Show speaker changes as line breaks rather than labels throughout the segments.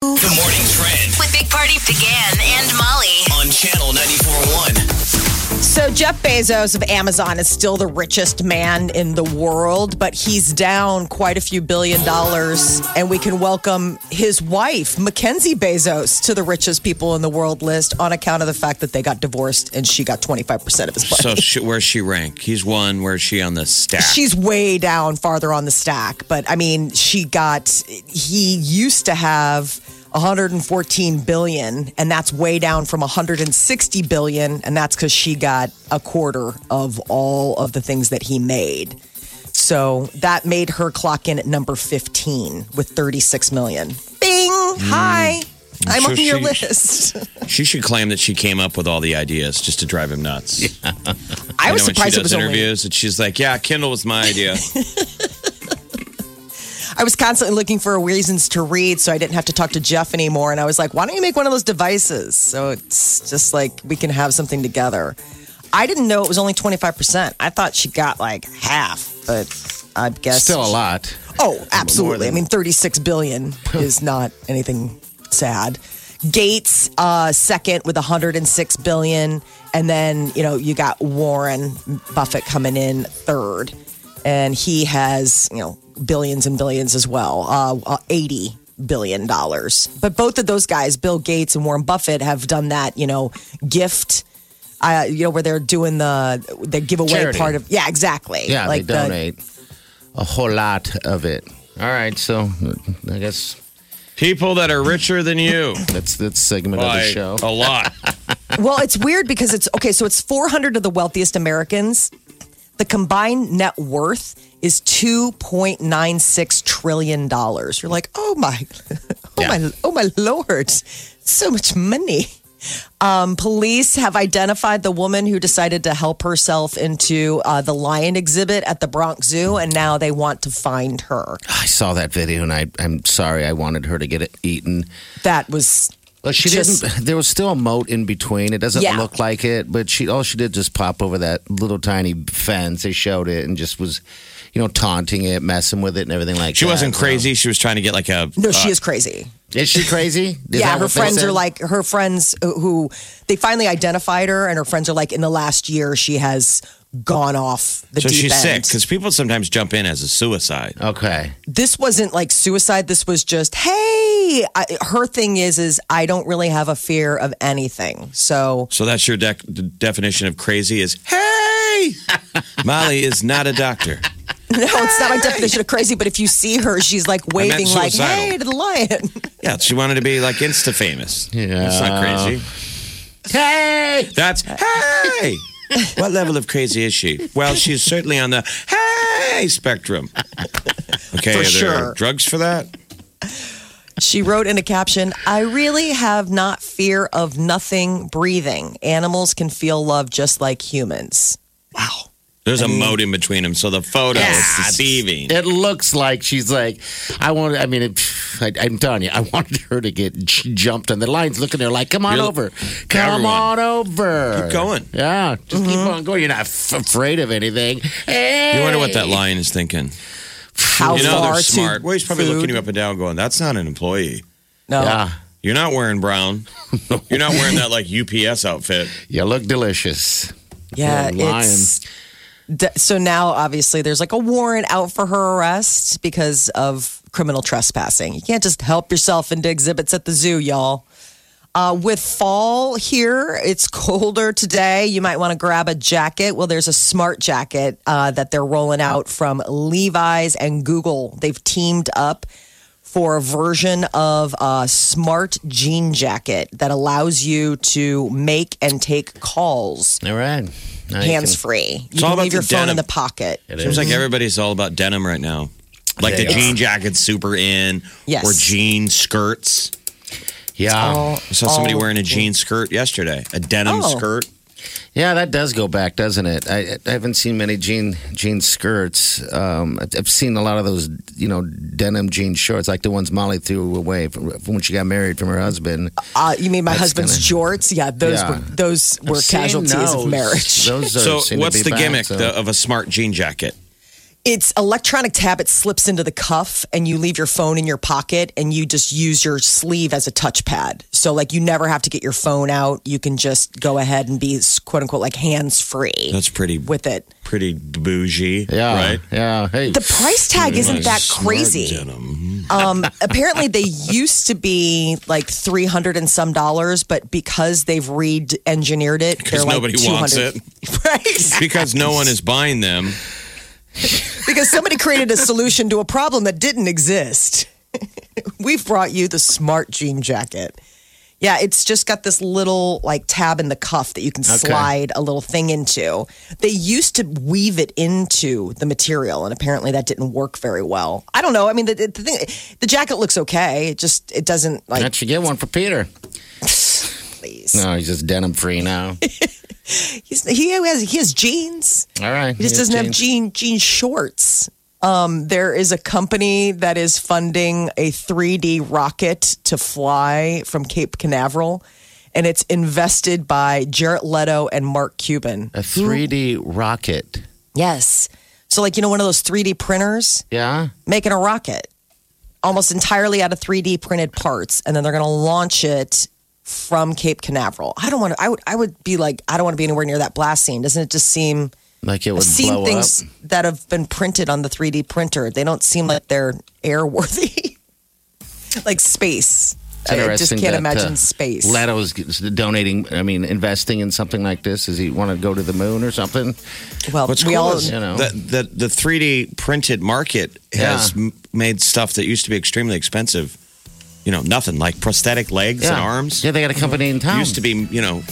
The morning trend
with Big Party began and Molly.
on channel 941.
So Jeff Bezos of Amazon is still the richest man in the world, but he's down quite a few billion dollars. And we can welcome his wife, Mackenzie Bezos, to the richest people in the world list on account of the fact that they got divorced and she got 25% of his money.
So she, where's she rank? He's one. Where's she on the stack?
She's way down farther on the stack, but I mean, she got he used to have 114 billion and that's way down from 160 billion and that's cuz she got a quarter of all of the things that he made. So that made her clock in at number 15 with 36 million. Bing! Hi. Hmm. I'm
So
on your
she-
list.
she should claim that she came up with all the ideas just to drive him nuts.
I was
you know, when she
surprised
does
it was only
interviews, and she's like, "Yeah, Kindle was my idea."
I was constantly looking for reasons to read, so I didn't have to talk to Jeff anymore. And I was like, why don't you make one of those devices? So it's just like we can have something together. I didn't know it was only 25%. I thought she got like half, but I guess.
Still a lot.
Oh, absolutely. I mean, 36 billion is not anything sad. Gates, uh, second with 106 billion. And then, you know, you got Warren Buffett coming in third. And he has, you know, billions and billions as well, uh, uh, 80 billion dollars. But both of those guys, Bill Gates and Warren Buffett, have done that, you know, gift. Uh, you know where they're doing the they give away
Charity.
part of yeah exactly
Yeah,
like
they donate a whole lot of it. All right, so I guess
People that are richer than you
that's that segment of
by
the show.
a lot.
Well, it's weird because it's okay. So it's 400 of the wealthiest Americans. The combined net worth is 2.96 trillion dollars. You're like, oh my, oh my, oh my lord, so much money. Um, police have identified the woman who decided to help herself into uh, the lion exhibit at the Bronx Zoo, and now they want to find her.
I saw that video, and I, I'm sorry. I wanted her to get it eaten.
That was
Well, she
Just-
didn't. There was still a moat in between. It doesn't
Yeah.
look like it, but she all she did just pop over that little tiny fence. They showed it and just was, you know, taunting it, messing with it, and everything like
She
that.
wasn't
So-
crazy. She was trying to get like a
no, she is crazy.
Is she crazy? Is
yeah,
that
her
what they
friends
said?
are like her friends who they finally identified her, and her friends are like, in the last year, she has gone off the
so
deep
she's sick
end.
because people sometimes jump in as a suicide.
okay.
this wasn't like suicide. This was just, hey, I, her thing is, is I don't really have a fear of anything. So
So that's your dec d- definition of crazy is hey, Molly is not a doctor.
no, it's not my definition of crazy. But if you see her, she's like
meant
waving, like,
suicidal.
hey, to the lion.
Yeah, she wanted to be like insta famous. that's not crazy.
Hey,
That's
Uh,
hey. what level of crazy is she? Well, she's certainly on the hey spectrum. Okay,
For
are there
sure.
drugs for that?
She wrote in a caption, I really have not fear of nothing breathing. Animals can feel love just like humans. Wow.
There's
Mm.
a moat in between them, so the photo
Yeah.
is deceiving.
it looks like she's like, I want. I mean, it, I, I'm telling you, I wanted her to get j- jumped, and the lion's looking at her like, "Come on
You're-
over, come
Everyone.
on over,
Keep going.
yeah, just keep on going. You're not f- afraid of anything." Hey,
You wonder what that lion is thinking.
How
you know
far
they're
to
smart. Well, he's probably
food?
looking you up and down, going, "That's not an employee.
No.
Yeah,
You're not wearing brown. You're not wearing that like UPS outfit."
you look delicious.
Yeah,
You're lying.
it's. d- So now, obviously, there's like a warrant out for her arrest because of criminal trespassing. You can't just help yourself into exhibits at the zoo, y'all. Uh, with fall here, it's colder today. You might want to grab a jacket. Well, there's a smart jacket uh, that they're rolling out from Levi's and Google. They've teamed up for a version of a smart jean jacket that allows you to make and take calls
All right, Now you
hands
can-
free. You
all
can
about
leave your
the
phone
denim.
in the pocket.
It
Seems
is.
like everybody's all about denim right now. Like the
They are.
jean jacket's super in,
Yes.
or jean skirts.
Yeah.
Oh.
I saw somebody
all-
wearing a jean skirt yesterday, a denim
Oh.
skirt.
Yeah, that does go back, doesn't it? I, I haven't seen many jean jean skirts. Um, I've seen a lot of those, you know, denim jean shorts, like the ones Molly threw away from, from when she got married from her husband.
Uh, you mean my
That's
husband's jorts? Yeah, those
Yeah.
were those were
I've seen
casualties
those.
of marriage.
Those are,
So,
seem to
what's
be
the
back,
gimmick
so-
the, of a smart jean jacket?
It's electronic tab. It slips into the cuff, and you leave your phone in your pocket, and you just use your sleeve as a touchpad. So, like, you never have to get your phone out. You can just go ahead and be quote unquote like hands free.
That's pretty
with it.
pretty bougie,
yeah,
right?
yeah. Hey,
The price tag isn't that
Smart
crazy.
denim.
Um, apparently, they used to be like three hundred and some dollars, but because they've re-engineered it,
Because
they're like
nobody wants
200.
it.
right?
Because no one is buying them.
because somebody created a solution to a problem that didn't exist. We've brought you the smart jean jacket. Yeah, it's just got this little like tab in the cuff that you can slide a little thing into. They used to weave it into the material, and apparently that didn't work very well. I don't know. I mean, the, the thing, the jacket looks okay. It just it doesn't like.
I should get one for Peter.
please.
No, he's just denim free now.
He's, he has he has jeans.
All right,
He just doesn't have jean jean shorts. Um, there is a company that is funding a 3D rocket to fly from Cape Canaveral, and it's invested by Jarrett Leto and Mark Cuban.
a 3D rocket.
Yes. So, like, you know, one of those 3D printers
Yeah,
making a rocket almost entirely out of 3D printed parts, and then they're going to launch it from Cape Canaveral. I don't want to, I would, I would be like, I don't want to be anywhere near that blast scene. Doesn't it just seem.
like it would
I've seen
blow
things
up.
that have been printed on the 3D printer. They don't seem like they're airworthy, like space. I I just
Interesting
can't
that,
imagine
uh,
space.
Leto's donating. I mean, investing in something like this. Does he want to go to the moon or something?
well,
What's
we
cool
all
is
you know.
the, the, the 3D printed market has
Yeah.
m- made stuff that used to be extremely expensive, you know, nothing like prosthetic legs and arms.
Yeah, they got a company in town.
used to be, you know,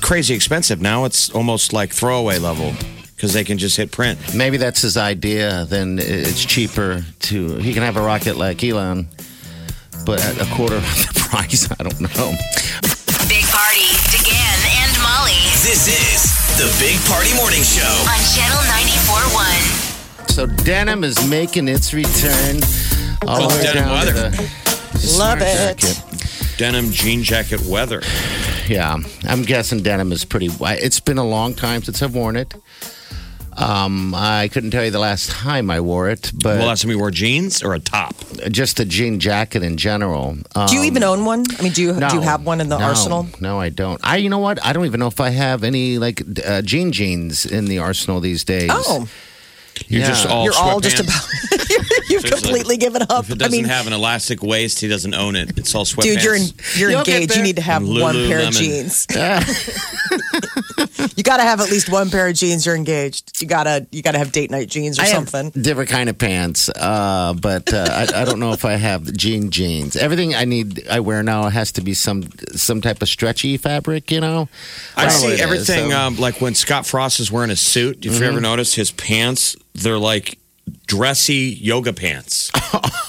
crazy expensive. Now it's almost like throwaway level because they can just hit print.
Maybe that's his idea. Then it's cheaper to. He can have a rocket like Elon, but at a quarter of the price. I don't know.
Big Party, DeGan and Molly
This is the Big Party Morning Show.
on Channel 94.1.
So denim is making its return. All the
Well,
way
denim
down to
weather.
the
love
smart
it.
jacket.
Denim jean jacket weather.
Yeah, I'm guessing denim is pretty. I- It's been a long time since I've worn it. Um, I couldn't tell you the last time I wore it, but
well, last time we wore jeans or a top.
just a jean jacket in general. Um,
Do you even own one? I mean, do you do you
No.
have one in the
No.
arsenal?
No, I don't. I, you know what? I don't even know if I have any like d- uh, jean jeans in the arsenal these days.
Oh,
You're
Yeah.
just all
you're all
sweatpants.
just about you've completely given up.
If it
I
doesn't
mean,
have an elastic waist, he doesn't own it. It's all sweatpants.
dude, you're in, you're
You'll get
engaged. You
there.
need to have
And
one pair of
Lululemon.
jeans. you got to have at least one pair of jeans. You're engaged. You gotta you gotta have date night jeans or
I have
something.
different kind of pants, uh, but uh, I, I don't know if I have the jean jeans. Everything I need, I wear now has to be some some type of stretchy fabric. You know,
I
don't know
see
what it is,
everything
so-
um, like when Scott Frost is wearing a suit.
Mm-hmm.
If you ever notice his pants, they're like dressy yoga pants.
I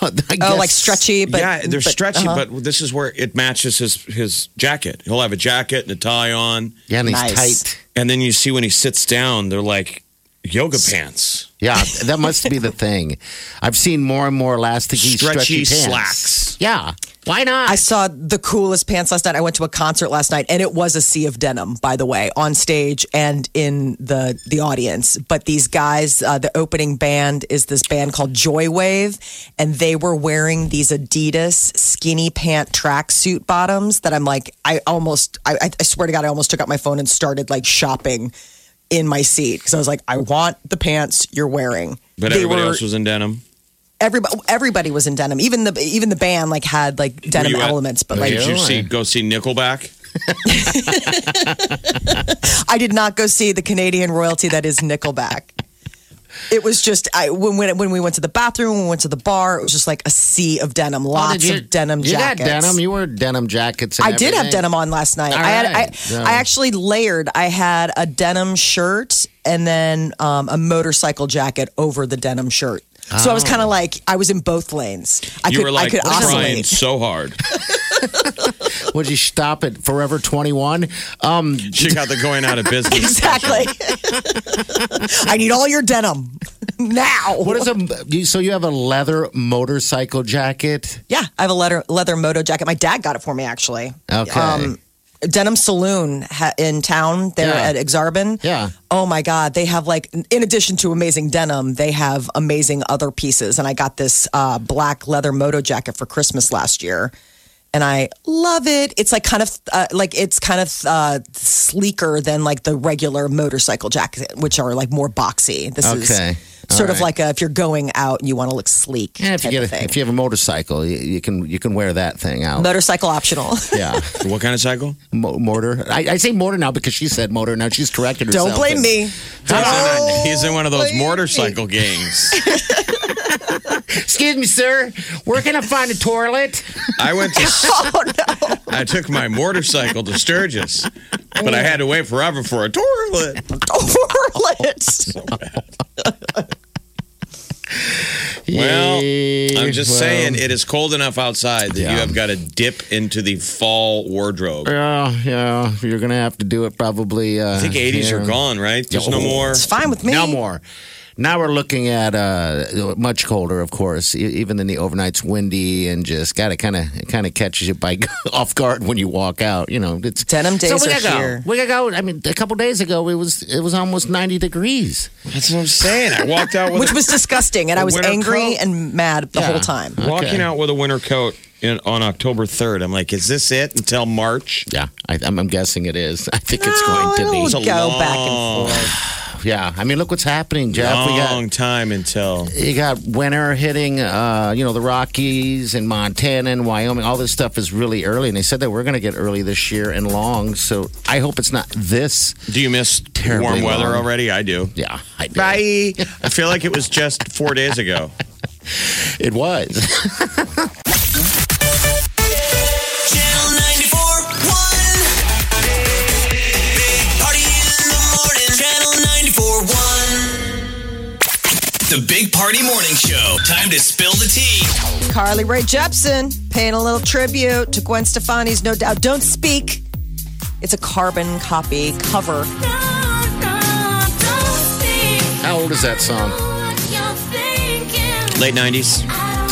Oh,
guess-
like stretchy, but
yeah, they're
but-
stretchy,
uh-huh.
but this is where it matches his his jacket. He'll have a jacket and a tie on,
Yeah, and he's
Nice.
tight.
and then you see when he sits down, they're like yoga pants,
Yeah, that must be the thing. I've seen more and more elastic
stretchy,
stretchy, pants.
slacks.
Yeah, why not?
I saw the coolest pants last night. I went to a concert last night, and it was a sea of denim, by the way, on stage and in the the audience. But these guys, uh, the opening band is this band called Joywave, and they were wearing these Adidas skinny pant tracksuit bottoms that I'm like, I almost, I, I- I swear to God, I almost took out my phone and started like shopping in my seat because I was like, I want the pants you're wearing.
But
They
everybody
were-
else was in denim.
everybody everybody was in denim. Even the even the band like had like denim
Were you at-
elements, but like
did you
Really?
see go see Nickelback?
I did not go see the Canadian royalty that is Nickelback. It was just I when when when we went to the bathroom, when we went to the bar, it was just like a sea of denim,
Oh,
lots
did you-
of denim
you
jackets.
got denim. You wore denim jackets. And
I did have
everything.
denim on last night.
All
I had I,
right. Yeah.
I actually layered. I had a denim shirt and then um, a motorcycle jacket over the denim shirt. So
Oh.
I was kind of like I was in both lanes. I
you
could
were like
I could
trying
oscillate.
so hard.
Would you stop at Forever 21? Um,
She got the going out of business.
Exactly. I need all your denim now.
what is a you- so you have a leather motorcycle jacket?
Yeah, I have a leather leather moto jacket. My dad got it for me actually. Um,
Okay.
Denim Saloon ha- in town there
Yeah.
at Exarban.
Yeah.
Oh my God, they have like in addition to amazing denim, they have amazing other pieces. And I got this uh, black leather moto jacket for Christmas last year, and I love it. It's like kind of uh, like it's kind of uh, sleeker than like the regular motorcycle jacket, which are like more boxy. This
Okay.
is sort of
All
like
right.
a, if you're going out and you want to look sleek.
Yeah, if
type
you get
of
a,
thing.
if you have a motorcycle, you, you can you can wear that thing out.
motorcycle optional.
yeah,
What kind of cycle?
Mo- mortar. I, I say mortar now because she said mortar. Now she's corrected herself.
Don't blame me.
He's in, a- he's in one of those motorcycle gangs.
Excuse me, sir. Where can I find a toilet?
I went
Oh,
to. I took my motorcycle to Sturgis, but I had to wait forever for a toilet.
Overlet.
Well,
Yeah,
I'm just
well,
saying it is cold enough outside that you
Yeah.
have got to dip into the fall wardrobe.
Yeah, yeah. You're gonna have to do it probably. Uh,
I think 80s are gone, right? There's no more.
It's fine with me.
No more. Now we're looking at uh, much colder, of course. E- Even in the overnight's windy and just got to kind of it kind of catches you by off guard when you walk out. You know, it's
Denim days
we
are
gotta go.
here.
We gotta go. I mean, a couple days ago, it was it was almost ninety degrees.
That's what I'm saying. I walked out with
Which
a,
was disgusting, and I was
winter
angry
coat?
and mad the
Yeah.
whole time.
walking
okay.
out with a winter coat in, on October 3rd. I'm like, is this it until March?
Yeah, I, I'm, I'm guessing it is. I think it's
No,
going to be.
it'll
It's a
go
long,
back and forth.
Yeah, I mean, look what's happening, Jeff. we got
long time until.
you got winter hitting, uh, you know, the Rockies and Montana and Wyoming. All this stuff is really early, and they said that we're going to get early this year and long. So I hope it's not this.
Do you miss warm
Terribly
weather
long.
already? I do.
Yeah, I do.
Bye. I feel like it was just four days ago.
It was.
Channel 94.1. Big Party in the morning. Channel 94.1. The Big Party Morning Show. Time to spill the tea.
Carly Rae Jepsen paying a little tribute to Gwen Stefani's No Doubt Don't Speak. It's a carbon copy cover.
How old is that song?
Late 90s.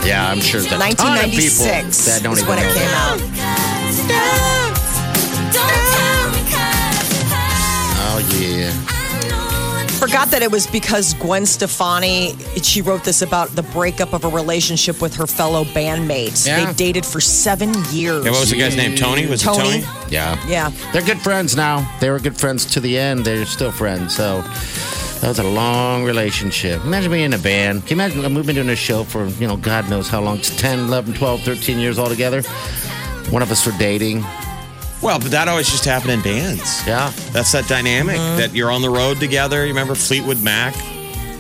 Yeah, I'm sure that
1996
that don't
is
even
when it
know.
came out.
Oh yeah.
Forgot that it was because Gwen Stefani, she wrote this about the breakup of a relationship with her fellow bandmates.
Yeah.
They dated for seven years.
Yeah, what was the guy's name? Tony? Was
Tony.
it Tony?
Yeah.
Yeah.
They're good friends now. They were good friends to the end. They're still friends. So that was a long relationship. Imagine being in a band. Can you imagine uh, we've been doing a show for, you know, God knows how long 10, 11, 12, 13 years all together. One of us were dating.
Well, but that always just happened in bands.
Yeah.
That's that dynamic
Uh-huh.
that you're on the road together. You remember Fleetwood Mac?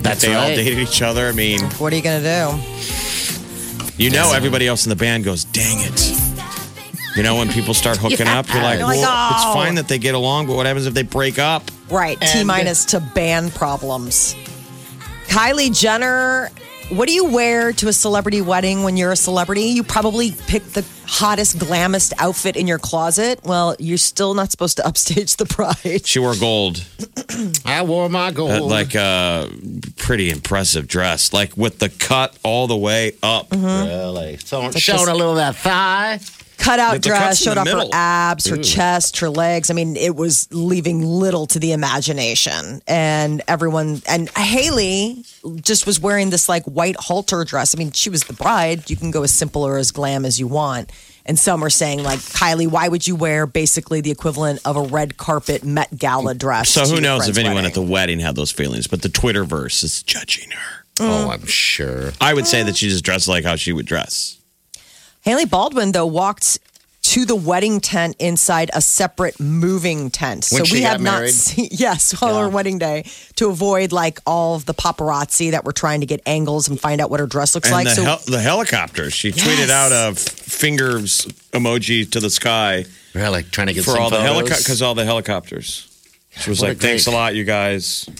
That's
they all
right.
dated each other. I mean,
What are you going to
you know, everybody else in the band goes, dang it. You know, when people start hooking up, you're like,
You're like,
well,
"Oh."
it's fine that they get along, but what happens if they break up?
do? Right. T
And-
minus to band problems. Kylie Jenner, what do you wear to a celebrity wedding when you're a celebrity? You probably pick the hottest, glammest outfit in your closet. Well, you're still not supposed to upstage the bride.
She wore gold,
I wore my gold.
uh, like uh, pretty impressive dress, like with the cut all the way up.
Mm-hmm.
really. So showing a little of that thigh.
cutout
With the cuts
dress
in
showed
the
off her
middle.
abs, her chest, her legs. I mean, it was leaving little to the imagination. And everyone, and Haley just was wearing this like white halter dress. I mean, she was the bride. You can go as simple or as glam as you want. And some are saying, like, Kylie, why would you wear basically the equivalent of a red carpet Met Gala dress?
Mm. So
to
who
your
knows if
friend's
anyone
wedding?
at the wedding had those feelings, but the Twitterverse is judging her.
Oh, I'm sure.
I would say that she just dressed like how she would dress.
Haley Baldwin, though, walked to the wedding tent inside a separate moving tent.
When
so
she
we
got
have not
married?
seen, yes, on her wedding day to avoid like all of the paparazzi that were trying to get angles and find out what her dress looks
And
like.
the,
So
hel- the helicopter. She tweeted
Yes.
out a f- fingers emoji to the sky
Really trying to get
for
some
all the
photos.
helicopters because all the helicopters. She was
What
like,
a great-
"Thanks a lot, you guys." I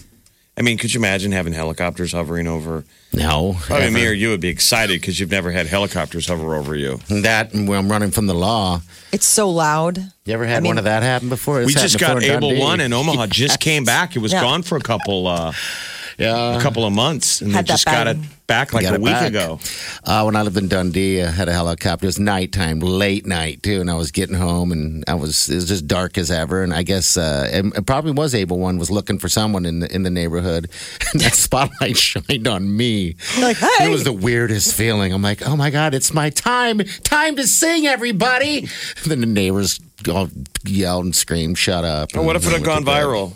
I mean, could you imagine having helicopters hovering over?
No.
Probably
ever.
me or you would be excited because you've never had helicopters hover over you.
That and when I'm running from the law.
It's so loud.
You ever had one of that happen before? It's
we just
happened
got
before in
Able
Dundee.
One in Omaha. Just came back. It was
Yeah. Uh,
gone for a couple uh,
Yeah.
a couple of months, and
Had
they
that
just got it
bang.
back like
Got
a
it
week
back.
ago.
Uh, when I lived in Dundee, I had a helicopter. It was nighttime, late night too, and I was getting home, and I was it was just dark as ever. And I guess uh, it, it probably was able one was looking for someone in the in the neighborhood, and that spotlight shined on me.
Like, hey.
It was the weirdest feeling. I'm like, oh my god, it's my time, time to sing, everybody. then the neighbors all yelled and screamed, "Shut up!"
Or what if
And
it
I
had
went
gone
to bed.
viral?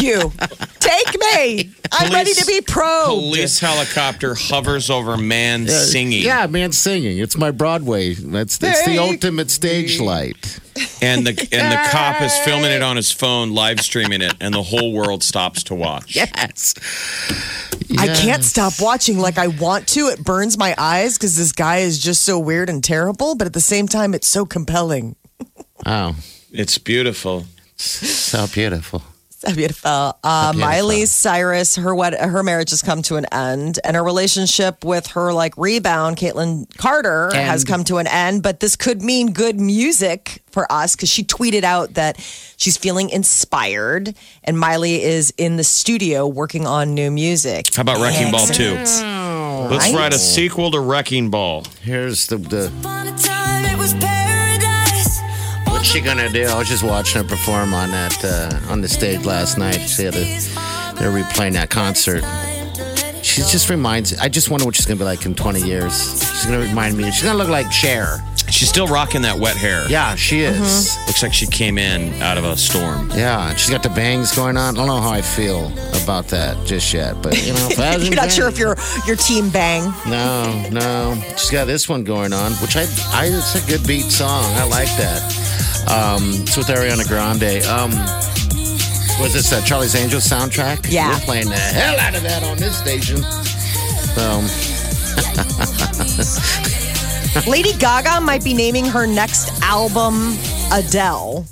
You take me. I'm
Police-
ready to be probed.
Police helicopter hovers over man singing.
Yeah, man, singing. It's my Broadway. That's that's the
Hey.
ultimate stage light.
And the and the cop is filming it on his phone, live streaming it, and the whole world stops to watch.
Yes.
I can't stop watching like I want to. It burns my eyes because this guy is just so weird and terrible, but at the same time, it's so compelling.
Oh,
It's beautiful.
so beautiful.
So beautiful. Uh,
beautiful.
Miley Cyrus, her wed- her marriage has come to an end, and her relationship with her like rebound, Caitlyn Carter, has come to an end. But this could mean good music for us because she tweeted out that she's feeling inspired, and Miley is in the studio working on new music.
How about Wrecking Ball 2? Let's
Right?
write a sequel to Wrecking Ball.
Here's the, the
Upon a time it was paradise.
what's she gonna do? I was just watching her perform on that uh, on the stage last night. She had a, they're replaying that concert. She just reminds. I just wonder what she's gonna be like in 20 years. She's gonna remind me. She's gonna look like Cher.
She's still rocking that wet hair.
Yeah, she is.
Mm-hmm.
Looks like she came in out of a storm.
Yeah, she's got the bangs going on. I don't know how I feel about that just yet, but you know,
You're not sure if you're your team bang.
No, no. She's got this one going on, which I, I it's a good beat song. I like that. Um, it's with Ariana Grande. Um, was this uh, Charlie's Angels soundtrack?
Yeah.
We're playing the hell out of that on this station. Um, So,
Lady Gaga might be naming her next album Adele,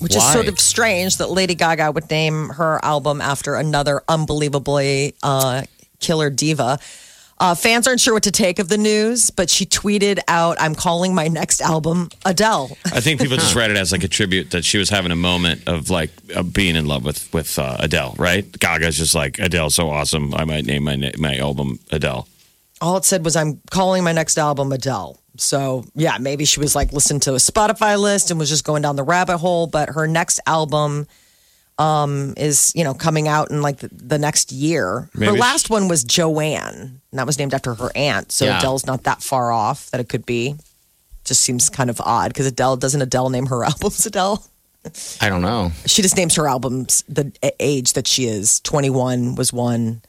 which is
Why?
sort of strange that Lady Gaga would name her album after another unbelievably uh, killer diva. Uh, fans aren't sure what to take of the news, but she tweeted out, I'm calling my next album Adele.
I think people just read it as like a tribute that she was having a moment of like of being in love with with uh, Adele, right? Gaga's just like Adele's so awesome. I might name my na- my album Adele.
All it said was, I'm calling my next album Adele. So, yeah, maybe she was like listening to a Spotify list and was just going down the rabbit hole, but her next album um, is, you know, coming out in like the, the next year. her
Maybe she-
last one was Joanne, and that was named after her aunt. So
Yeah.
Adele's not that far off that it could be. Just seems kind of odd because Adele doesn't Adele name her albums Adele.
I don't know.
She just names her albums the a- age that she is. 21 was one,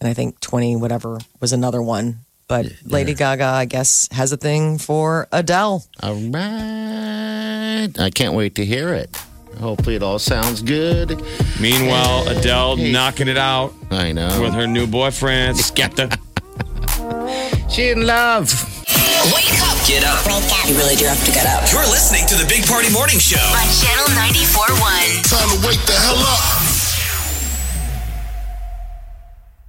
and I think 20 whatever was another one. But Lady Gaga, I guess, has a thing for Adele.
All right. I can't wait to hear it. Hopefully, it all sounds good.
Meanwhile, Adele knocking it out
I know.
with her new boyfriend Skepta.
She in love.
Wake up
Get up.
You really do have to get up.
You're listening to the Big Party Morning Show.
on Channel 94.1.
Time to wake the hell up.